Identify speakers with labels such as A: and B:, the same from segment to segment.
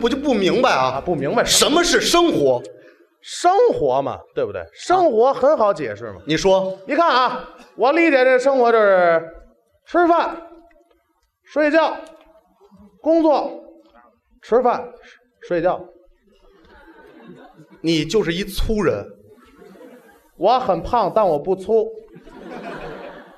A: 我就不明白
B: 啊，
A: 啊，
B: 不明白
A: 什么是生活？
B: 生活嘛，对不对？生活很好解释嘛。
A: 你说
B: 你看啊，我理解这生活就是吃饭、睡觉、工作、吃饭、睡觉。
A: 你就是一粗人，
B: 我很胖，但我不粗。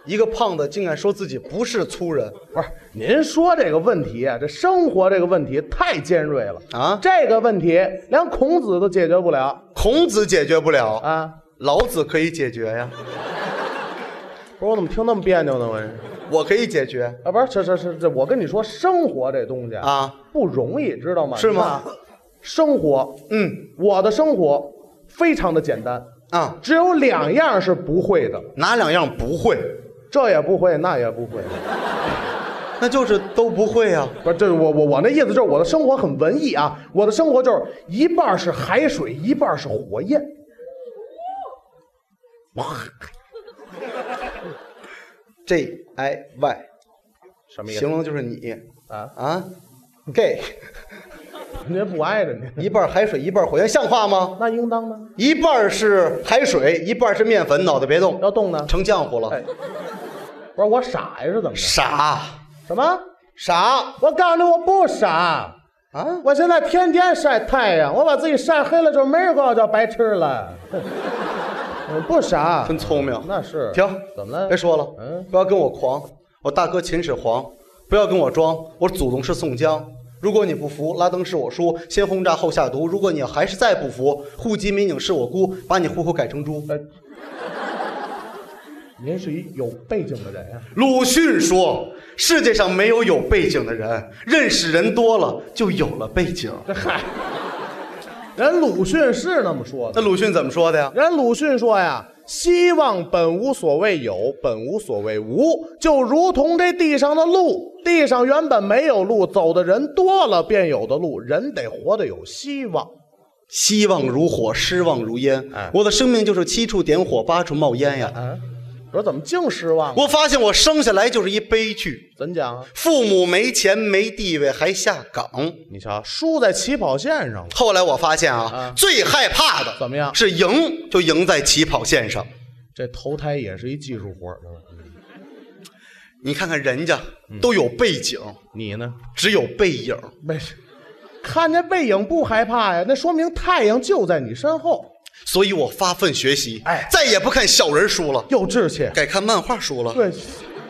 A: 一个胖子竟敢说自己不是粗人
B: 不是，您说这个问题啊，这生活这个问题太尖锐了。
A: 啊！
B: 这个问题连孔子都解决不了
A: 孔子解决不了，
B: 啊！
A: 老子可以解决呀，
B: 不是我怎么听那么别扭呢？我这
A: 我可以解决
B: 啊，不是，这这这这，我跟你说，生活这东西
A: 啊。
B: 不容易，知道吗？
A: 是吗
B: 你看啊？生活，
A: 嗯
B: 我的生活非常的简单，
A: 啊，
B: 只有两样是不会的，
A: 哪两样不会？
B: 这也不会，那也不会。
A: 那就是都不会啊。
B: 不是，这是我我我那意思就是我的生活很文艺啊，我的生活就是一半是海水，一半是火焰。
A: J I Y
B: 什
A: 形容就是你
B: 啊？
A: 啊，gay
B: 您不挨着您，
A: 一半海水一半火焰，像话吗？
B: 那应当呢？
A: 一半是海水，一半是面粉，脑袋别动，
B: 要动呢？
A: 成浆糊
B: 哎
A: 了。，
B: 不是我傻呀，是怎么着？
A: 傻
B: 什么？
A: 傻
B: 我告诉你，我不傻。
A: 啊！
B: 我现在天天晒太阳，我把自己晒黑了之后，没人管我叫白痴了。我不傻，
A: 真聪明。
B: 那是
A: 停，
B: 怎么了？
A: 别说了，
B: 嗯
A: 不要跟我狂，我大哥秦始皇，不要跟我装，我祖宗是宋江。如果你不服，拉登是我叔，先轰炸后下毒。如果你还是再不服，户籍民警是我姑，把你户口改成猪。
B: 呃，您是一有背景的人呀、啊
A: 鲁迅说：“世界上没有有背景的人，认识人多了就有了背景。
B: 这嗨，人鲁迅是那么说”
A: 那
B: 的。
A: 鲁迅怎么说的呀？
B: 人鲁迅说呀：“希望本无所谓有，本无所谓无，就如同这地上的路，地上原本没有路，走的人多了便有的路。人得活得有希望。
A: 希望如火，失望如烟。
B: 哎
A: 我的生命就是七处点火，八处冒烟呀！
B: 啊，我说怎么净失望啊？
A: 我发现我生下来就是一悲剧。
B: 怎讲啊？
A: 父母没钱没地位还下岗。
B: 你瞧，输在起跑线上了。
A: 后来我发现啊，
B: 啊
A: 最害怕的
B: 怎么样
A: 是赢就赢在起跑线上。
B: 这投胎也是一技术活儿，嗯是吧
A: 你看看人家
B: 嗯
A: 都有背景，
B: 你呢？
A: 只有背影。
B: 没事， 看见背影不害怕呀，那说明太阳就在你身后。
A: 所以我发奋学习，
B: 哎
A: 再也不看小人书了，
B: 有志气，
A: 改看漫画书了。
B: 对，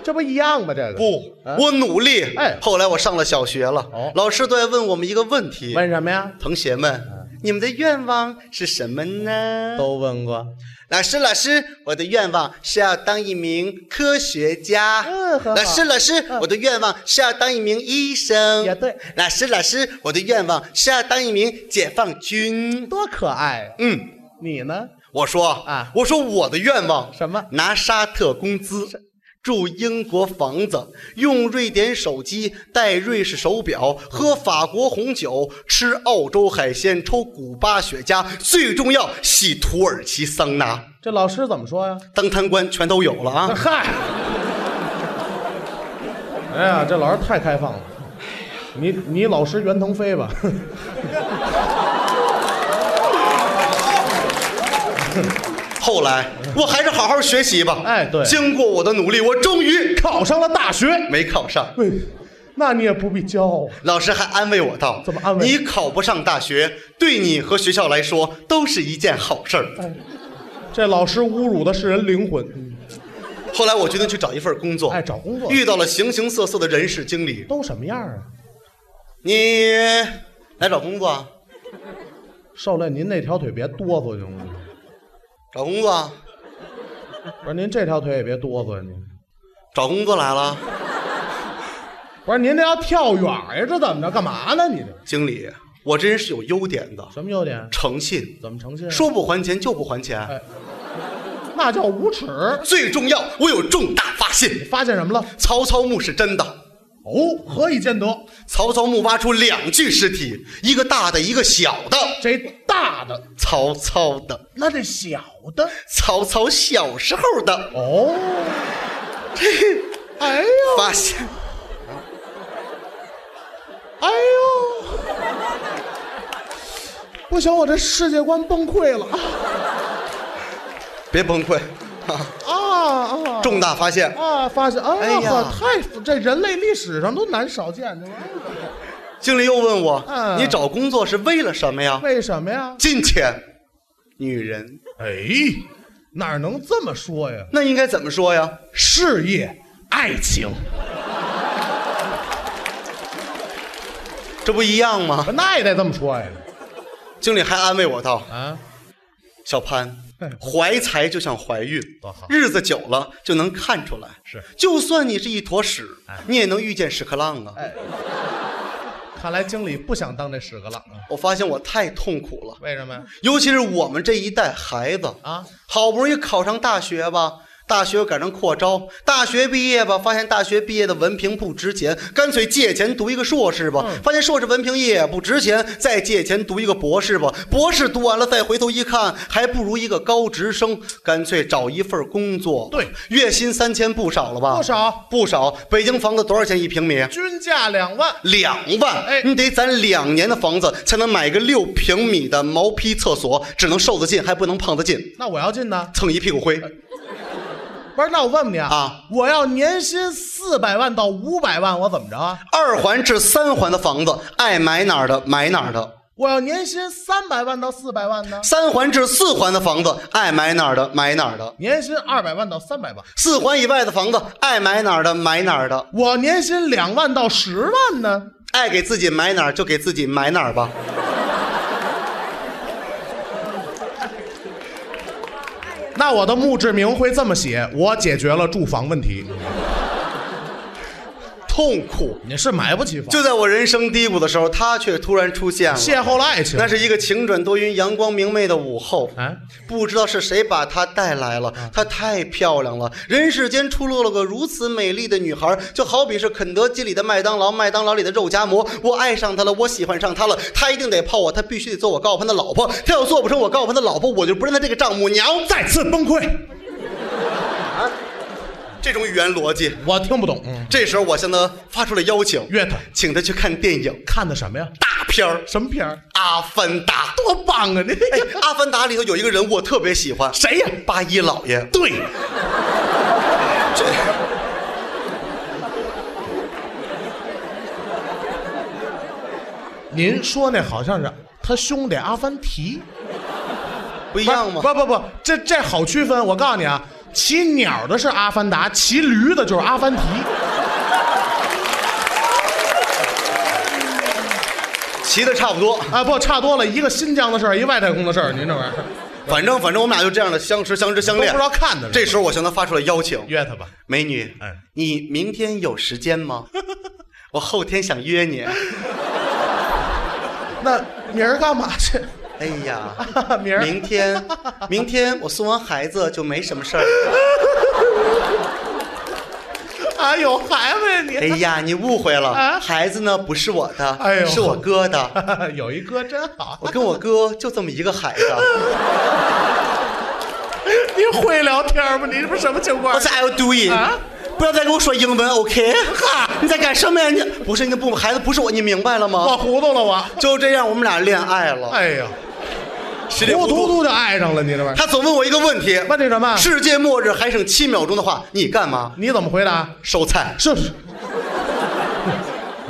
B: 这不一样吗？这个
A: 不，
B: 啊
A: 我努力。
B: 哎
A: 后来我上了小学了，
B: 哦
A: 老师都在问我们一个问题：
B: 问什么呀？
A: 同学们，你们的愿望是什么呢？
B: 嗯都问过。
A: 老师，老师，我的愿望是要当一名科学家。
B: 嗯很好
A: 老师，老师，
B: 嗯
A: 我的愿望是要当一名医生。
B: 也对。
A: 老师，老师，我的愿望是要当一名解放军。
B: 多可爱呀！
A: 嗯，
B: 你呢？
A: 我说
B: 啊
A: 我说我的愿望
B: 什么
A: 拿沙特工资。住英国房子，用瑞典手机，戴瑞士手表，
B: 嗯
A: 喝法国红酒，吃澳洲海鲜，抽古巴雪茄，最重要洗土耳其桑拿。
B: 这老师怎么说呀？
A: 当贪官全都有了啊！
B: 嗨，哎呀，这老师太开放了。你你老师袁腾飞吧？
A: 后来我还是好好学习吧。
B: 哎对
A: 经过我的努力，我终于
B: 考上了大学。
A: 没考上。
B: 对，那你也不必骄傲。啊
A: 老师还安慰我道：“
B: 怎么安慰
A: 你考不上大学，对你和学校来说都是一件好事儿。
B: 这老师侮辱的是人灵魂。”
A: 后来我决定去找一份工作，
B: 哎，找工作
A: 遇到了形形色色的人事经理。
B: 都什么样啊？
A: 你来找工作啊？
B: 少帅，您那条腿别哆嗦行吗？
A: 找工作啊？
B: 不是您这条腿也别哆嗦呀，您。
A: 找工作来了，
B: 不是您这要跳远呀？这怎么着？干嘛呢？你这
A: 经理，我这人是有优点的，
B: 什么优点？
A: 诚信，
B: 怎么诚信？
A: 说不还钱就不还钱。
B: 哎，那叫无耻。
A: 最重要，我有重大发现。
B: 发现什么了？
A: 曹操墓是真的。
B: 哦，何以见得？
A: 曹操墓挖出两具尸体，一个大的，一个小的。
B: 这大的，
A: 曹操的，
B: 那这小的，
A: 曹操小时候的，
B: 哦，哎呦，
A: 发现
B: 哎呦，不行，我这世界观崩溃了
A: 别崩溃，啊
B: 啊啊！
A: 重大发现，
B: 啊，发现啊，
A: 哎呀
B: 太这人类历史上都难少见，这玩意儿
A: 经理又问我，
B: 嗯
A: 你找工作是为了什么呀？
B: 为什么呀？
A: 金钱，女人，
B: 哎，哪能这么说呀？
A: 那应该怎么说呀？
B: 事业、爱情，
A: 这不一样吗？
B: 那也得这么说呀？
A: 经理还安慰我道
B: 啊，：“
A: 小潘
B: 哎，
A: 怀才就像怀孕
B: 多好，
A: 日子久了就能看出来。
B: 是
A: 就算你是一坨屎，你也能遇见屎壳郎啊。”
B: 哎看来经理不想当这屎壳郎啊？
A: 我发现我太痛苦了，
B: 为什么呀？
A: 尤其是我们这一代孩子
B: 啊，
A: 好不容易考上大学吧，大学又赶上扩招，大学毕业吧，发现大学毕业的文凭不值钱，干脆借钱读一个硕士吧，
B: 嗯
A: 发现硕士文凭也不值钱，再借钱读一个博士吧，博士读完了再回头一看，还不如一个高职生，干脆找一份工作，
B: 对，
A: 月薪三千不少了吧？
B: 不少，
A: 不少，北京房子多少钱一平米？
B: 均价两万，
A: 两万，
B: 哎
A: 你得攒两年的房子才能买个六平米的毛坯厕所，只能瘦得进，还不能胖得进，
B: 那我要进呢？
A: 蹭一屁股灰。
B: 不是，那我问问你啊，
A: 啊
B: 我要年薪四百万到五百万，我怎么着啊？
A: 二环至三环的房子，爱买哪儿的买哪儿的；
B: 我要年薪三百万到四百万呢？
A: 三环至四环的房子，爱买哪儿的买哪儿的；
B: 年薪二百万到三百万，
A: 四环以外的房子，爱买哪儿的买哪儿的，
B: 我年薪两万到十万呢？
A: 爱给自己买哪儿就给自己买哪儿吧。
B: 那我的墓志铭会这么写：我解决了住房问题。
A: 痛苦
B: 你是买不起房，
A: 就在我人生低谷的时候，他却突然出现了。
B: 邂逅了爱情。
A: 那是一个晴转多云、阳光明媚的午后。
B: 啊，
A: 不知道是谁把她带来了，她太漂亮了。人世间出落了个如此美丽的女孩，就好比是肯德基里的麦当劳，麦当劳里的肉夹馍。我爱上她了，我喜欢上她了，她一定得泡我，她必须得做我高攀的老婆。她要做不成我高攀的老婆，我就不认她这个丈母娘。
B: 再次崩溃，
A: 这种语言逻辑，
B: 我听不懂。嗯，
A: 这时候我向她发出了邀请，
B: 约他
A: 请她去看电影
B: 看的什么呀？
A: 大片儿《
B: 什么片儿？
A: 阿凡达》。
B: 多棒啊！你
A: 哎，《阿凡达》里头有一个人物我特别喜欢，
B: 谁呀、
A: 八一老爷。
B: 对，您说那好像是他兄弟阿凡提，
A: 不一
B: 一
A: 样吗？
B: 不不不，这这好区分。我告诉你啊，骑鸟的是阿凡达，骑驴的就是阿凡提。
A: 骑的差不多，
B: 啊，不，差多了，一个新疆的事儿，一外太空的事儿，您这玩意儿
A: 反正反正我们俩就这样的相识、相知、相
B: 都不
A: 恋
B: 知。道看的。
A: 这时候我向他发出了邀请
B: 约他吧，：“
A: 美女
B: 哎，
A: 你明天有时间 吗？我后天想约你。
B: 那明儿干嘛去？啊
A: 哎呀，
B: 明儿
A: 明天，明天我送完孩子就没什么 事儿。
B: 啊，有孩子呀你？
A: 哎呀，你误会了，
B: 啊
A: 孩子呢不是我
B: 哎
A: 的，
B: 呦
A: 是我哥的。
B: 有一哥真好，
A: 我跟我哥就这么一个孩 子。
B: 你会聊天吗？你这不是什么情况
A: What's I doing？
B: 啊
A: 不要再跟我说英文，OK？你在干什么呀？你不是你的不孩子不是我，你明白了吗？
B: 我糊涂了，我。
A: 就这样，我们俩恋爱了，
B: 哎呀，
A: 稀里
B: 糊
A: 糊
B: 涂
A: 涂。
B: 涂就爱上了你这玩意儿。
A: 他总问我一个问题：
B: 问啊你什么？
A: 世界末日还剩七秒钟的话，你干嘛？
B: 你怎么回答？
A: 收菜。
B: 是不是？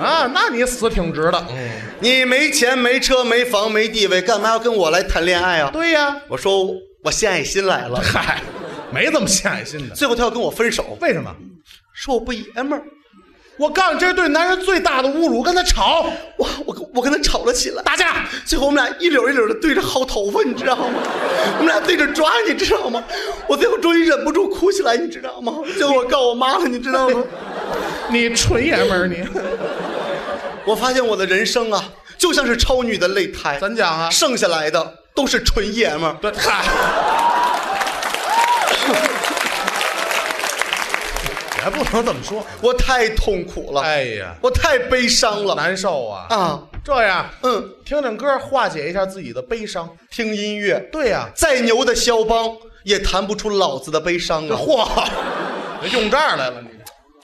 B: 啊，那你死挺值的。嗯，
A: 你没钱、没车、没房、没地位，干嘛要跟我来谈恋爱啊？
B: 对呀。
A: 我说我献爱心来了。
B: 嗨，没这么献爱心的。
A: 最后他要跟我分手，
B: 为什么？
A: 说我不爷们儿。
B: 我告诉你，这是对男人最大的侮辱。跟他吵
A: 我我我跟他吵了起来，
B: 打架，
A: 最后我们俩一绺一绺的对着薅头发，你知道吗？我们俩对着抓，你知道吗？我最后终于忍不住哭起来，你知道吗？最后我告我妈了，你知道吗？
B: 你纯爷们儿你。
A: 我发现我的人生啊，就像是超女的擂台，
B: 怎讲啊？
A: 剩下来的都是纯爷们儿。
B: 对，嗨。 也不能这么说，
A: 我太痛苦了，
B: 哎呀，
A: 我太悲伤了
B: 难受啊！
A: 啊！
B: 这样，
A: 嗯，
B: 听听歌化解一下自己的悲伤。
A: 听音乐，
B: 对呀、
A: 再牛的 肖邦也弹不出老子的悲伤啊！
B: 嚯，用这儿来了你。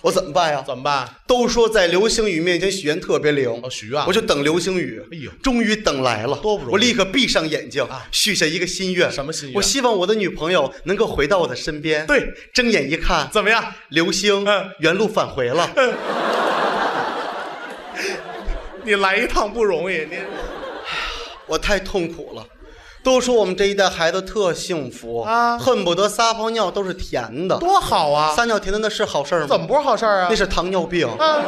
A: 我怎么办呀？
B: 怎么办？
A: 都说在流星雨面前许愿特别灵
B: 哦，，许愿
A: 我就等流星雨。
B: 哎呦
A: 终于等来了，
B: 多不容易
A: 我立刻闭上眼睛
B: 啊，
A: 许下一个心愿。
B: 什么心愿
A: 我希望我的女朋友能够回到我的身边。
B: 对，
A: 睁眼一看，
B: 怎么样？
A: 流星
B: 嗯
A: 原路返回了。
B: 你来一趟不容易，你
A: 我太痛苦了。都说我们这一代孩子特幸福
B: 啊
A: 恨不得撒泡尿都是甜的。
B: 多好啊！
A: 撒尿甜的那是好事儿吗？
B: 怎么不是好事儿啊？
A: 那是糖尿病。
B: 啊，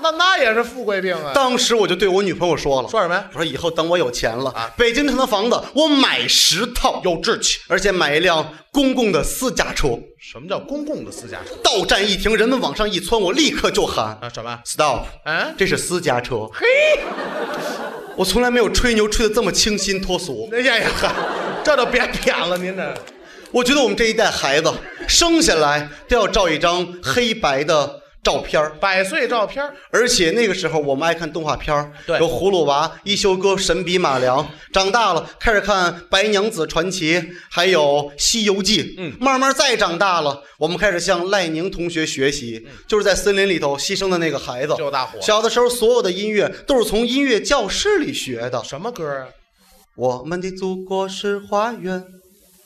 B: 那那也是富贵病啊！
A: 当时我就对我女朋友说了，
B: 说什么呀
A: 我说以后等我有钱了，
B: 啊
A: 北京城的房子我买十套，
B: 有志气。
A: 而且买一辆公共的私家车。
B: 什么叫公共的私家车
A: 到站一停，人们往上一窜，我立刻就喊
B: 啊？什么？
A: stop，
B: 啊？
A: 这是私家车。
B: 嘿，
A: 我从来没有吹牛吹得这么清新脱俗。
B: 哎呀呀，这就别舔了，您这
A: 我觉得我们这一代孩子生下来都要照一张黑白的照片儿
B: 百岁照片儿
A: 而且那个时候我们爱看动画片儿
B: 对
A: 有葫芦娃、一休哥、神笔马良。长大了开始看《白娘子传奇》，还有《西游记》。嗯，慢慢再长大了，我们开始向赖宁同学学习，就是在森林里头牺牲的那个孩子。
B: 就嗯大伙
A: 小的时候，所有的音乐都是从音乐教室里学的。
B: 什么歌啊？
A: 我们的祖国是花园，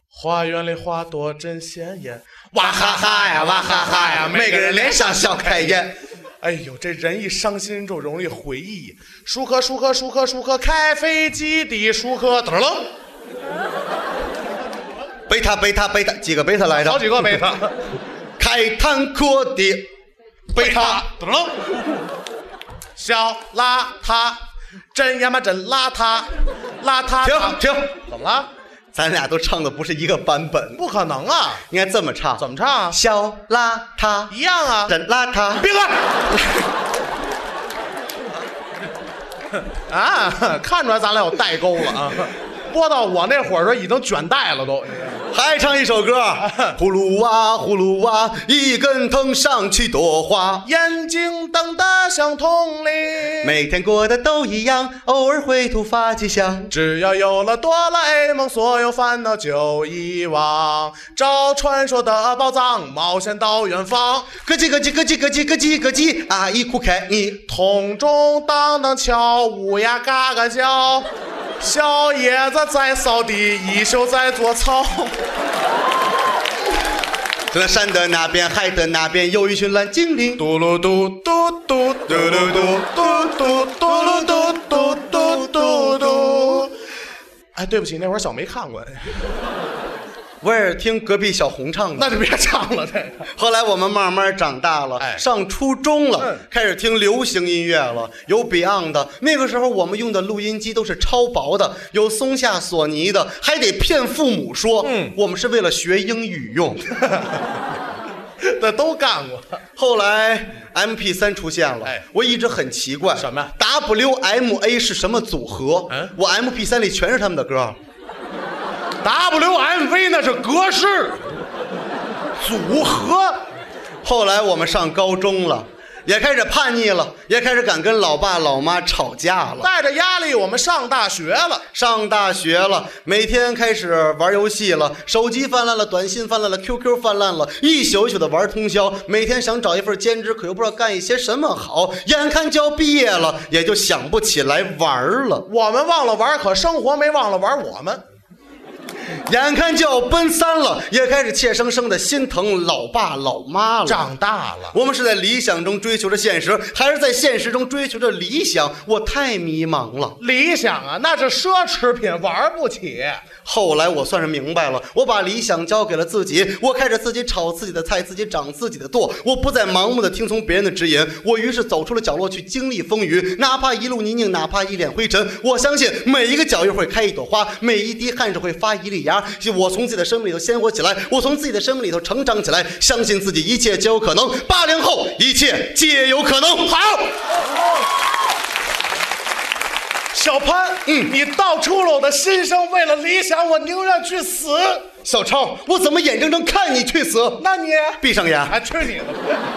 B: 花园里花朵真鲜艳，
A: 哇哈哈呀，哇哈哈呀，每个人脸上笑开颜。
B: 哎呦，这人一伤心就容易回忆。舒克舒克舒克舒克，开飞机的舒克，噔楞，
A: 贝塔贝塔贝塔，几个贝塔来
B: 好
A: 着？
B: 几个贝塔，
A: 开坦克的 贝塔。，
B: 噔楞，小邋遢，真呀妈真邋遢，邋遢，
A: 停，停，
B: 怎么了？
A: 咱俩都唱的不是一个版本，
B: 不可能啊！
A: 应该这么唱。
B: 怎么唱啊？
A: 小邋遢，
B: 一样啊！
A: 真邋遢。
B: 别管。 啊，看出来咱俩有代沟了啊！播到我那会儿的时候已经卷带了都。
A: 还唱一首歌，葫芦娃、葫芦娃，一根藤上去朵花。
B: 眼睛瞪得像铜铃，
A: 每天过得都一样，偶尔会突发奇想。
B: 只要有了哆啦 A 梦，所有烦恼就遗忘。找传说的宝藏，冒险到远方。
A: 咯叽咯叽咯叽咯叽咯叽咯叽，阿姨哭开你。
B: 铜钟当当敲，乌鸦嘎嘎叫，小叶子在扫地，一宿在做操。
A: 从那山的那边，海的那边，有一群蓝精灵。
B: 嘟噜嘟嘟嘟嘟噜嘟嘟嘟嘟噜嘟嘟嘟嘟嘟。哎，对不起，那会儿小没看过，
A: 我也是听隔壁小红唱的。
B: 那就别唱了。这个
A: 后来我们慢慢长大了，
B: 哎
A: 上初中了，
B: 嗯
A: 开始听流行音乐了，有 Beyond 的。那个时候我们用的录音机都是超薄的，有松下、索尼的，还得骗父母说，
B: 嗯
A: 我们是为了学英语用。
B: 那都干过。
A: 后来 MP 3出现了，
B: 哎
A: 我一直很奇怪，
B: 什么
A: WMA 是什么组合？
B: 嗯
A: 我 MP 3里全是他们的歌。
B: WMV 那是格式组合，
A: 后来我们上高中了，也开始叛逆了，也开始敢跟老爸老妈吵架了。
B: 带着压力我们上大学了。
A: 上大学了，每天开始玩游戏了，手机泛滥了，短信泛滥了，QQ 泛滥了，一宿一宿的玩通宵。每天想找一份兼职，可又不知道干一些什么好。眼看就要毕业了，也就想不起来玩了。
B: 我们忘了玩，可生活没忘了玩我们。
A: 眼看就要奔三了，也开始怯生生的心疼老爸老妈了。
B: 长大了，
A: 我们是在理想中追求着现实，还是在现实中追求着理想？我太迷茫了。
B: 理想啊，那是奢侈品，玩不起。
A: 后来我算是明白了，我把理想交给了自己，我开始自己炒自己的菜，自己长自己的舵，我不再盲目的听从别人的指引，我于是走出了角落去经历风雨，哪怕一路泥泞，哪怕一脸灰尘，我相信每一个脚印会开一朵花，每一滴汗水会发一粒芽，我从自己的生命里头鲜活起来，我从自己的生命里头成长起来，相信自己一切皆有可能，八零后一切皆有可能，好。
B: 小潘，嗯，你道出了我的心声。为了理想，我宁愿去死。
A: 小超，我怎么眼睁睁看你去死？
B: 那你，
A: 闭上眼。
B: 啊，去你的！